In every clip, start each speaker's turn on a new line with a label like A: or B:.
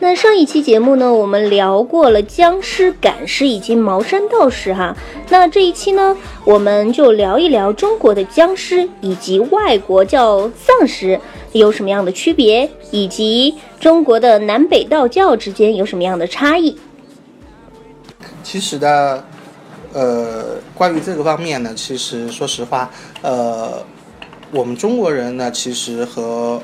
A: 那上一期节目呢，我们聊过了僵尸、赶尸以及茅山道士哈。那这一期呢，我们就聊一聊中国的僵尸以及外国叫丧尸有什么样的区别，以及中国的南北道教之间有什么样的差异。
B: 其实呢，呃，关于这个方面呢，其实说实话，呃，我们中国人呢，其实和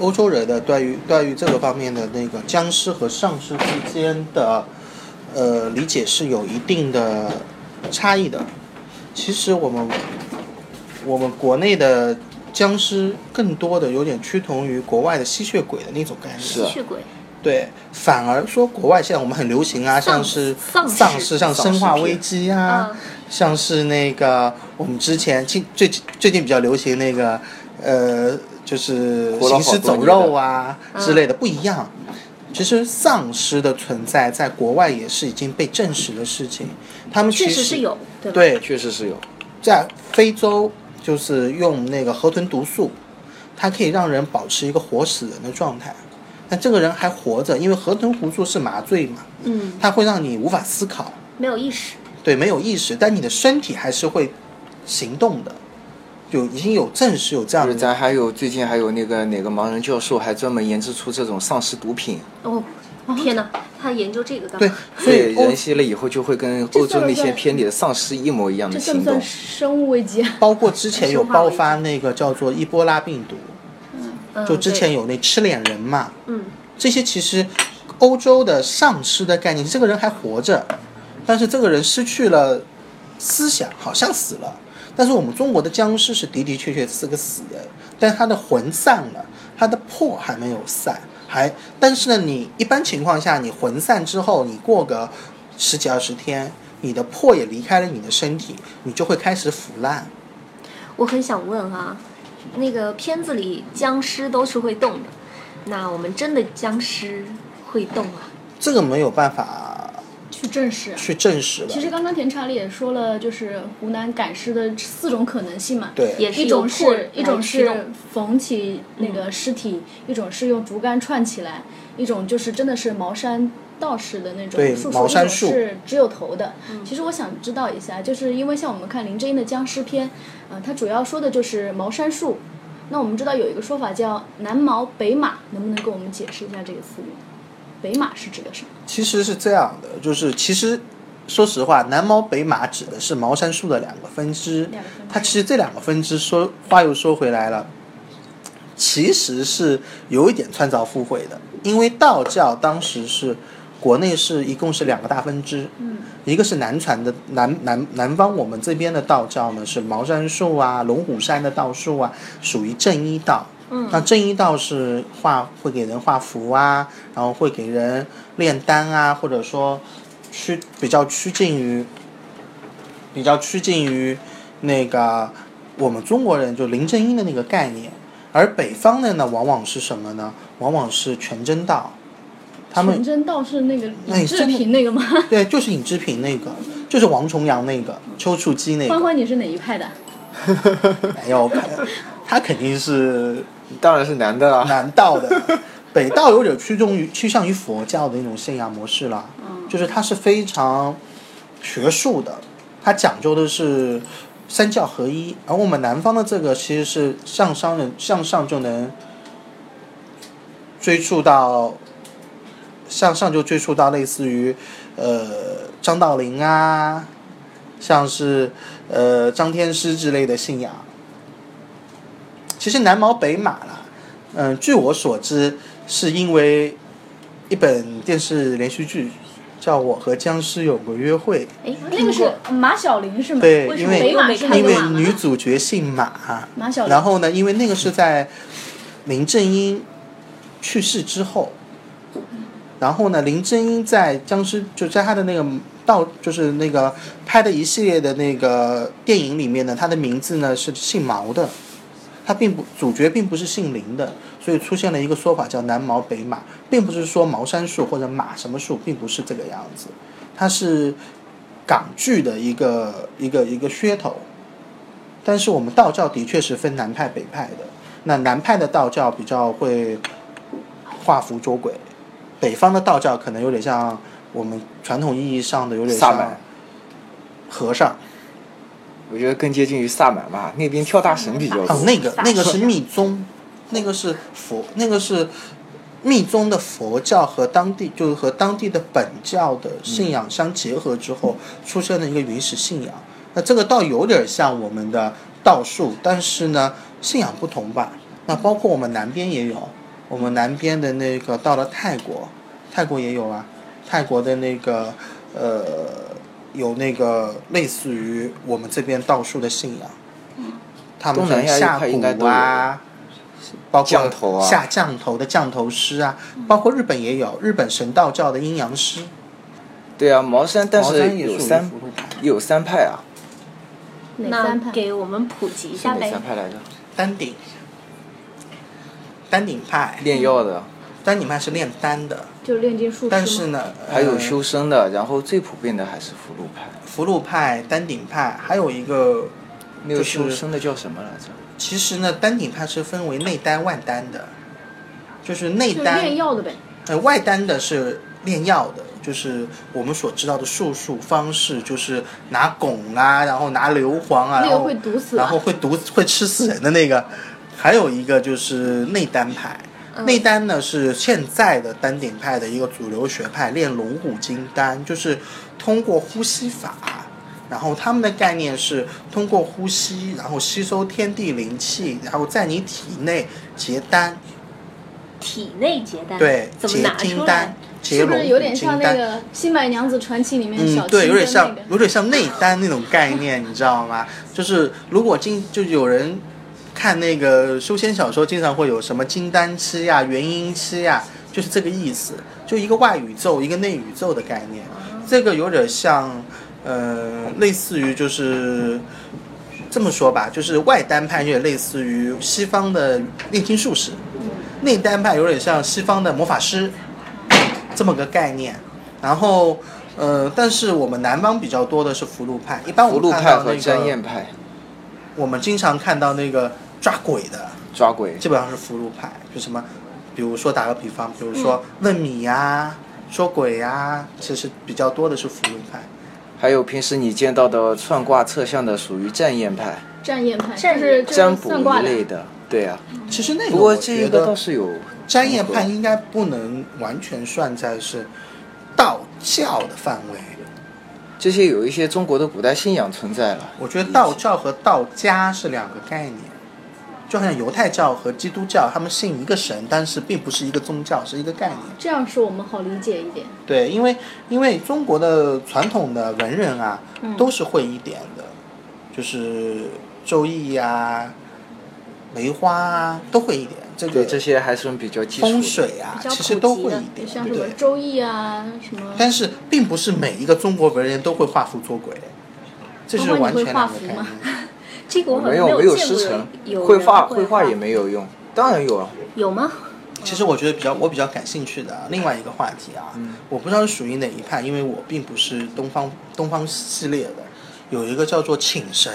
B: 欧洲人的对于对于这个方面的那个僵尸和丧尸之间的呃理解是有一定的差异的。其实我们我们国内的僵尸更多的有点趋同于国外的吸血鬼的那种概念，
C: 是
A: 血鬼，
B: 对，反而说国外现在我们很流行啊，
C: 丧
B: 像是
C: 丧尸
B: 尸，像《
C: 丧尸
B: 生化
C: 片
B: 危机》啊，像是那个我们之前近最近最近比较流行那个呃，就是
C: 活了
B: 行
C: 好
B: 尸
C: 多
B: 走
C: 年
B: 肉啊之类的，不一样。其实丧尸的存在在国外也是已经被证实的事情，他们其
D: 确实是有，对吧？
B: 对
C: 确实是有，
B: 在非洲就是用那个河豚毒素，它可以让人保持一个活死人的状态。但这个人还活着，因为河豚毒素是麻醉嘛，
D: 嗯，
B: 它会让你无法思考，
D: 没有意识，
B: 对，没有意识，但你的身体还是会行动的。有已经有证实有这样
C: 就是
B: 的，
C: 咱还有最近还有那个哪个盲人教授还专门研制出这种丧尸毒品，
D: 哦，天哪，他研究这个干
B: 对
D: 嘛？，
B: 所以欧
C: 人吸了以后就会跟
E: 这
C: 欧洲
E: 算不
C: 那些
E: 算
C: 片里的丧尸一模一样的
E: 这算
C: 行
E: 不
C: 动
E: 算。生物危 机啊？
B: 包括之前有爆发那个叫做伊波拉病毒，
D: 嗯
B: 就之前有那吃脸人嘛，
D: 对嗯，
B: 这些其实欧洲的丧尸的概念，这个人还活着，但是这个人失去了思想，好像死了。但是我们中国的僵尸是的的确确是个死人，但他的魂散了，他的魄还没有散，还但是呢，你一般情况下，你魂散之后，你过个十几二十天，你的魄也离开了你的身体，你就会开始腐烂。
D: 我很想问啊，那个片子里僵尸都是会动的，那我们真的僵尸会动啊？
B: 这个没有办法
E: 去证实啊。
B: 去证实
E: 其实
B: 了。
E: 刚刚田查理也说了，就是湖南赶尸的四种可能性嘛。
B: 对，
D: 也是
E: 一
D: 有
E: 种
D: 破
E: 是一种
D: 来驱
E: 是
D: 动嗯
E: 缝起那个尸体，一种是用竹竿串起来，一种就是真的是茅山道士的那
B: 对
E: 种术
B: 茅
E: 数，一
B: 山
E: 种
B: 术
E: 是只有头的。
D: 嗯
E: 其实我想知道一下，就是因为像我们看林正英的僵尸片，呃，它主要说的就是茅山术。那我们知道有一个说法叫南茅北马，能不能给我们解释一下这个词语？北马是指的什么？
B: 其实是这样的，就是其实说实话，南毛北马指的是茅山术的两个分支
E: 两个分。支
B: 它其实这两个分支说话又说回来了，其实是有一点穿凿附会的，因为道教当时是国内是一共是两个大分支，嗯，一个是南传的南南南方我们这边的道教呢是茅山术啊、龙虎山的道术啊，属于正一道。嗯，那正一道是画会给人画符啊，然后会给人炼丹啊，或者说趋比较趋近于比较趋近于那个我们中国人就林正英的那个概念，而北方的呢，往往是什么呢？往往是全真道，他们
E: 全真道是那个
B: 那你
E: 尹志
B: 真的
E: 平那个吗？
B: 对，就是尹志平那个，就是王重阳那个，丘处机那
E: 欢
B: 个，
E: 欢，你是哪一派的？
B: 哎呦，他肯定是
C: 当然是男的啊啦，
B: 南道的， 北道有点趋重于趋向于佛教的那种信仰模式了，就是它是非常学术的，它讲究的是三教合一，而我们南方的这个其实是向上人向上就能追溯到向上就追溯到类似于呃张道陵啊，像是呃张天师之类的信仰。其实南毛北马啦，嗯，据我所知，是因为一本电视连续剧叫《我和僵尸有个约会
D: 哎，
E: 那个是马小玲是吗？
B: 对
E: 为什
B: 因
E: 么
B: 为
E: 北马是》，
D: 看
E: 那
B: 因
E: 个
B: 为
E: 马吗
B: 女主角姓马，
E: 马小玲
B: 然后呢，因为那个是在林正英去世之后，然后呢，林正英在僵尸就在他的那个道，就是那个拍的一系列的那个电影里面呢，他的名字呢是姓毛的，他并不主角并不是姓林的，所以出现了一个说法叫南毛北马，并不是说茅山术或者马什么术，并不是这个样子，它是港剧的一个一个一个噱头。但是我们道教的确是分南派北派的，那南派的道教比较会画符捉鬼，北方的道教可能有点像我们传统意义上的有点
C: 萨
B: 像
C: 满
B: 和尚
C: 我觉得更接近于萨满吧，那边跳大神比较多。
B: 哦，那个
D: 萨
B: 那个是密宗，那个是佛，那个是密宗的佛教和当地就是和当地的本教的信仰相结合之后出现的一个原始信仰。那这个倒有点像我们的道术，但是呢，信仰不同吧。那包括我们南边也有，我们南边的那个到了泰国，泰国也有啊，泰国的那个呃有那个类似于我们这边道术的信仰，他们
C: 东南亚一
B: 下
C: 块应该
B: 蛊
C: 都有
B: 啊，包括
C: 降头啊
B: 下降头的降头师啊，包括日本也有日本神道教的阴阳师，
C: 对啊，茅山，但
B: 茅山
C: 是
B: 也属
C: 有
B: 于
C: 三
B: 葫芦派
C: 有三派啊，
E: 哪
D: 那
E: 三派？
D: 给我们普及一
C: 是
D: 下
C: 哪
D: 呗
C: 三。派来着？
B: 丹顶，丹顶派，
C: 炼药的，
B: 丹顶派是炼丹的，
E: 就是炼金术
B: 但
E: 师
B: 是
E: 吗？
B: 呢，
C: 还有
B: 呃
C: 修身的，然后最普遍的还是福禄派。
B: 福禄呃派、丹顶派，还有一个
C: 那个
B: 就
C: 修
B: 是
C: 身的叫什么来着？
B: 其实呢，丹顶派是分为内丹、外丹的，就是内
E: 就是
B: 丹
E: 炼药的呗。
B: 呃，外丹的是炼药的，就是我们所知道的术数方式，就是拿汞啊，然后拿硫磺啊，然
E: 那个
B: 后
E: 会毒死吧
B: 然后会毒会吃死人的那个。还有一个就是内丹派，
E: 嗯
B: 内丹呢是现在的丹顶派的一个主流学派，练龙骨金丹，就是通过呼吸法。然后他们的概念是通过呼吸，然后吸收天地灵气，然后在你体内结丹，
A: 体内结
E: 嗯
A: 丹，
B: 对，
A: 怎么
B: 结
A: 拿
B: 金丹
A: 出来？，
B: 结
E: 是不
B: 龙
E: 是有
B: 骨
E: 点
B: 金
E: 像那
B: 丹
E: 个《新白娘子传奇》里面小
B: 嗯，
E: 青
B: 对，有点
E: 跟那
B: 像
E: 个？
B: 有点像内丹那种概念，你知道吗？就是如果经就有人看那个修仙小说，经常会有什么金丹期呀、元婴期呀，就是这个意思，就一个外宇宙，一个内宇宙的概念。这个有点像，呃，类似于就是这么说吧，就是外丹派有点类似于西方的炼金术士，内丹派有点像西方的魔法师这么个概念。然后，呃，但是我们南方比较多的是福禄派，一般我
C: 福
B: 们
C: 禄
B: 哦看
C: 派
B: 到那
C: 和占
B: 个
C: 验，派，
B: 我们经常看到那个抓鬼的，
C: 抓鬼。
B: 基本上是福禄派，就什么，比如说打个比方，比如说问米呀、说鬼呀、其实比较多的是福禄派。
C: 还有平时你见到的串卦测相的，属于占验派，
E: 占验派，就
A: 占
E: 是
A: 验
E: 就是
C: 占卜
E: 算卦
C: 一
E: 的。
C: 类的。对啊，
A: 嗯
B: 其实那个
C: 不过
B: 我
C: 这
B: 觉
C: 个
B: 得
C: 倒是有
B: 占验派应该不能完全算在是道教的范围，
C: 这些有一些中国的古代信仰存在了。
B: 我觉得道教和道家是两个概念。就好像犹太教和基督教，他们信一个神，但是并不是一个宗教，是一个概念。
E: 这样说我们好理解一点。
B: 对，因为因为中国的传统的文人啊，
E: 嗯
B: 都是会一点的，就是《周易》啊、梅花啊，都会一点。这个
C: 对这些还算比较基础的。
B: 风水啊，
D: 比较
B: 其实
D: 普
B: 都
D: 及
B: 会
D: 的
B: 一点。
E: 像什么
B: 对，
E: 《周易》啊，什么
B: 但是并不是每一个中国文人都会画符捉鬼，这是
E: 包括你
B: 完
E: 会
B: 全
E: 画
B: 两个
E: 符
B: 概念
E: 吗。
A: 这个我好像
C: 没有
A: 没
C: 有
A: 见
C: 师
A: 过
C: 承，
A: 有
C: 会
A: 人
C: 画
A: 会
C: 画也没有用，当然有啊。
A: 有吗？
B: 其实我觉得比较我比较感兴趣的啊另外一个话题啊，我不知道是属于哪一派，因为我并不是东方东方系列的，有一个叫做请神。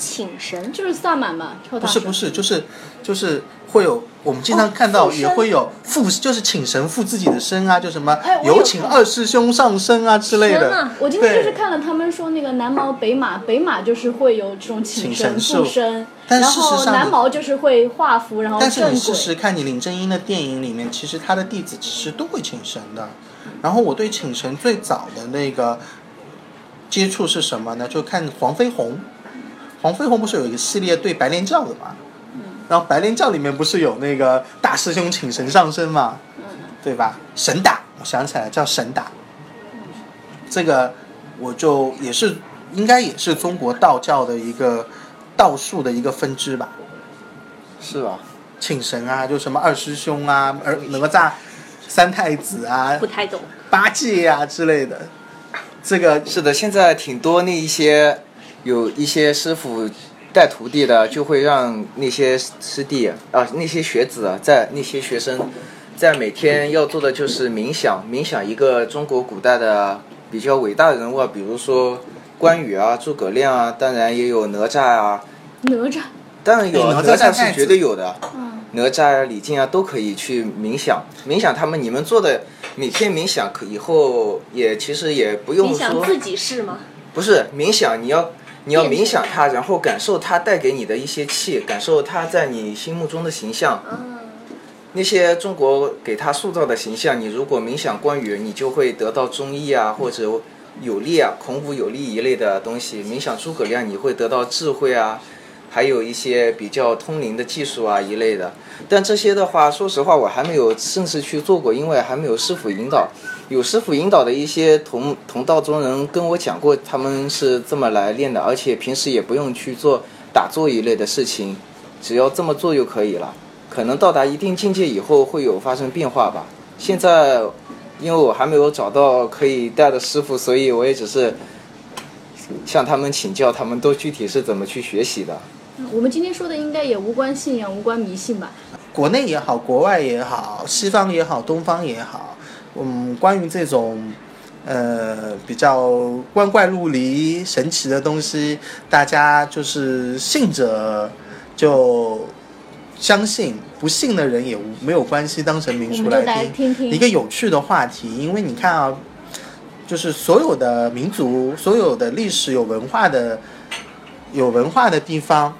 A: 请神
E: 就是萨满嘛，跳
B: 不
E: 大
B: 是
E: 神。
B: 不是，就是就是会有，我们经常看到
A: 哦附身
B: 也会有附，就是请神附自己的身啊，就什么
E: 哎我有
B: 有请二师兄上身啊之类
A: 天
B: 的
A: 哪。
E: 我今天就是
B: 对
E: 看了他们说那个南毛北马，北马就是会有这种请
B: 请
E: 神
B: 神
E: 附
B: 术
E: 身，
B: 但
E: 然
B: 事实
E: 后
B: 上
E: 南
B: 你
E: 毛就是会画符，然后
B: 但是
E: 镇
B: 你试试
E: 鬼。
B: 看，你林正英的电影里面，其实他的弟子其实都会请神的。然后我对请神最早的那个接触是什么呢？就看黄飞鸿。黄飞鸿不是有一个系列对白莲教的嘛？
E: 嗯
B: 然后白莲教里面不是有那个大师兄请神上身嘛？
E: 嗯
B: 对吧？神打，我想起来了叫神打。
E: 嗯
B: 这个我就也是应该也是中国道教的一个道术的一个分支吧。
C: 是吧？
B: 请神啊，就什么二师兄啊、而哪吒、三太子啊
A: 不、太懂，
B: 八戒啊之类的。这个
C: 是的，现在挺多那一些有一些师傅带徒弟的，就会让那些师弟啊、那些学子啊，在那些学生在每天要做的就是冥想，冥想一个中国古代的比较伟大的人物啊，比如说关羽啊、诸葛亮啊，当然也有哪吒啊，
E: 哪吒，
C: 当然有啊
B: 哎哪吒
C: 哪吒
B: 三太
C: 是
B: 子
C: 绝对有的，哪哪吒啊、李靖啊都可以去冥想，冥想他们你们做的每天冥想，可以后也其实也不用
D: 你想
C: 说，
D: 自己是吗？
C: 不是冥想，你要你要
D: 变
C: 冥
D: 现
C: 想它，然后感受它带给你的一些气，感受它在你心目中的形象。
D: 嗯，
C: 那些中国给他塑造的形象，你如果冥想关羽，你就会得到忠义啊，或者有力啊、孔武有力一类的东西；冥想诸葛亮，你会得到智慧啊，还有一些比较通灵的技术啊一类的。但这些的话，说实话，我还没有正式去做过，因为还没有师傅引导。有师傅引导的一些同同道中人跟我讲过，他们是这么来练的，而且平时也不用去做打坐一类的事情，只要这么做就可以了。可能到达一定境界以后会有发生变化吧。现在因为我还没有找到可以带的师傅，所以我也只是向他们请教，他们都具体是怎么去学习的。
E: 我们今天说的应该也无关信仰、无关迷信吧？
B: 国内也好，国外也好，西方也好，东方也好，嗯，关于这种呃比较光怪陆离、神奇的东西，大家就是信者就相信，不信的人也无没有关系，当成民
E: 我
B: 俗
E: 们就来
B: 来听
E: 听听
A: 嗯
B: 一个有趣的话题，因为你看啊，就是所有的民族、所有的历史有文化的有文化的地方。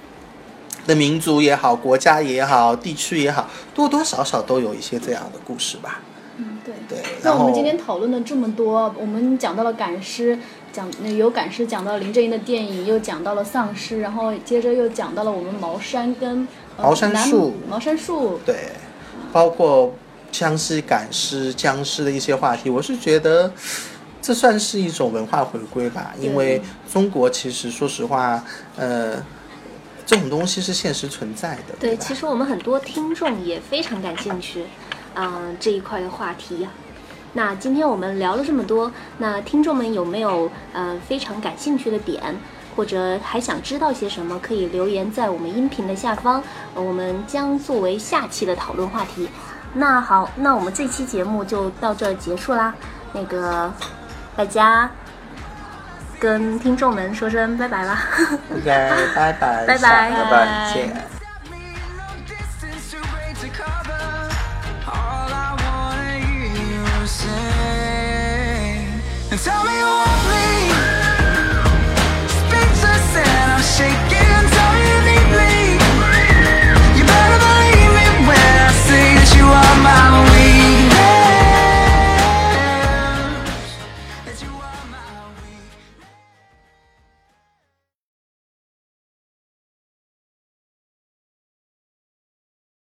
B: 的民族也好，国家也好，地区也好，多多少少都有一些这样的故事吧。
E: 嗯，对。
B: 对，
E: 那
B: 然
E: 我
B: 后
E: 们今天讨论了这么多，我们讲到了赶尸，讲那有赶尸，讲到林正英的电影，又讲到了丧尸，然后接着又讲到了我们茅山跟、呃、
B: 茅山术
E: 南茅山术，
B: 对，包括僵尸赶尸、僵尸的一些话题，我是觉得这算是一种文化回归吧，因为中国其实说实话，呃，这种东西是现实存在的。对
A: 对，
B: 吧，
A: 其
B: 实
A: 实我们很多听众也非常感兴趣，嗯、这一块的话题呀、那今天我们聊了这么多，那听众们有没有呃非常感兴趣的点，或者还想知道些什么，可以留言在我们音频的下方，呃我们将作为下期的讨论话题。那好，那我们这期节目就到这儿结束啦。那个大家跟听众们说声拜拜吧。
B: OK，拜拜，
A: 拜拜
B: 下拜见。
F: Stop me long distance too great to cover. All I wanna hear you say, and tell me what.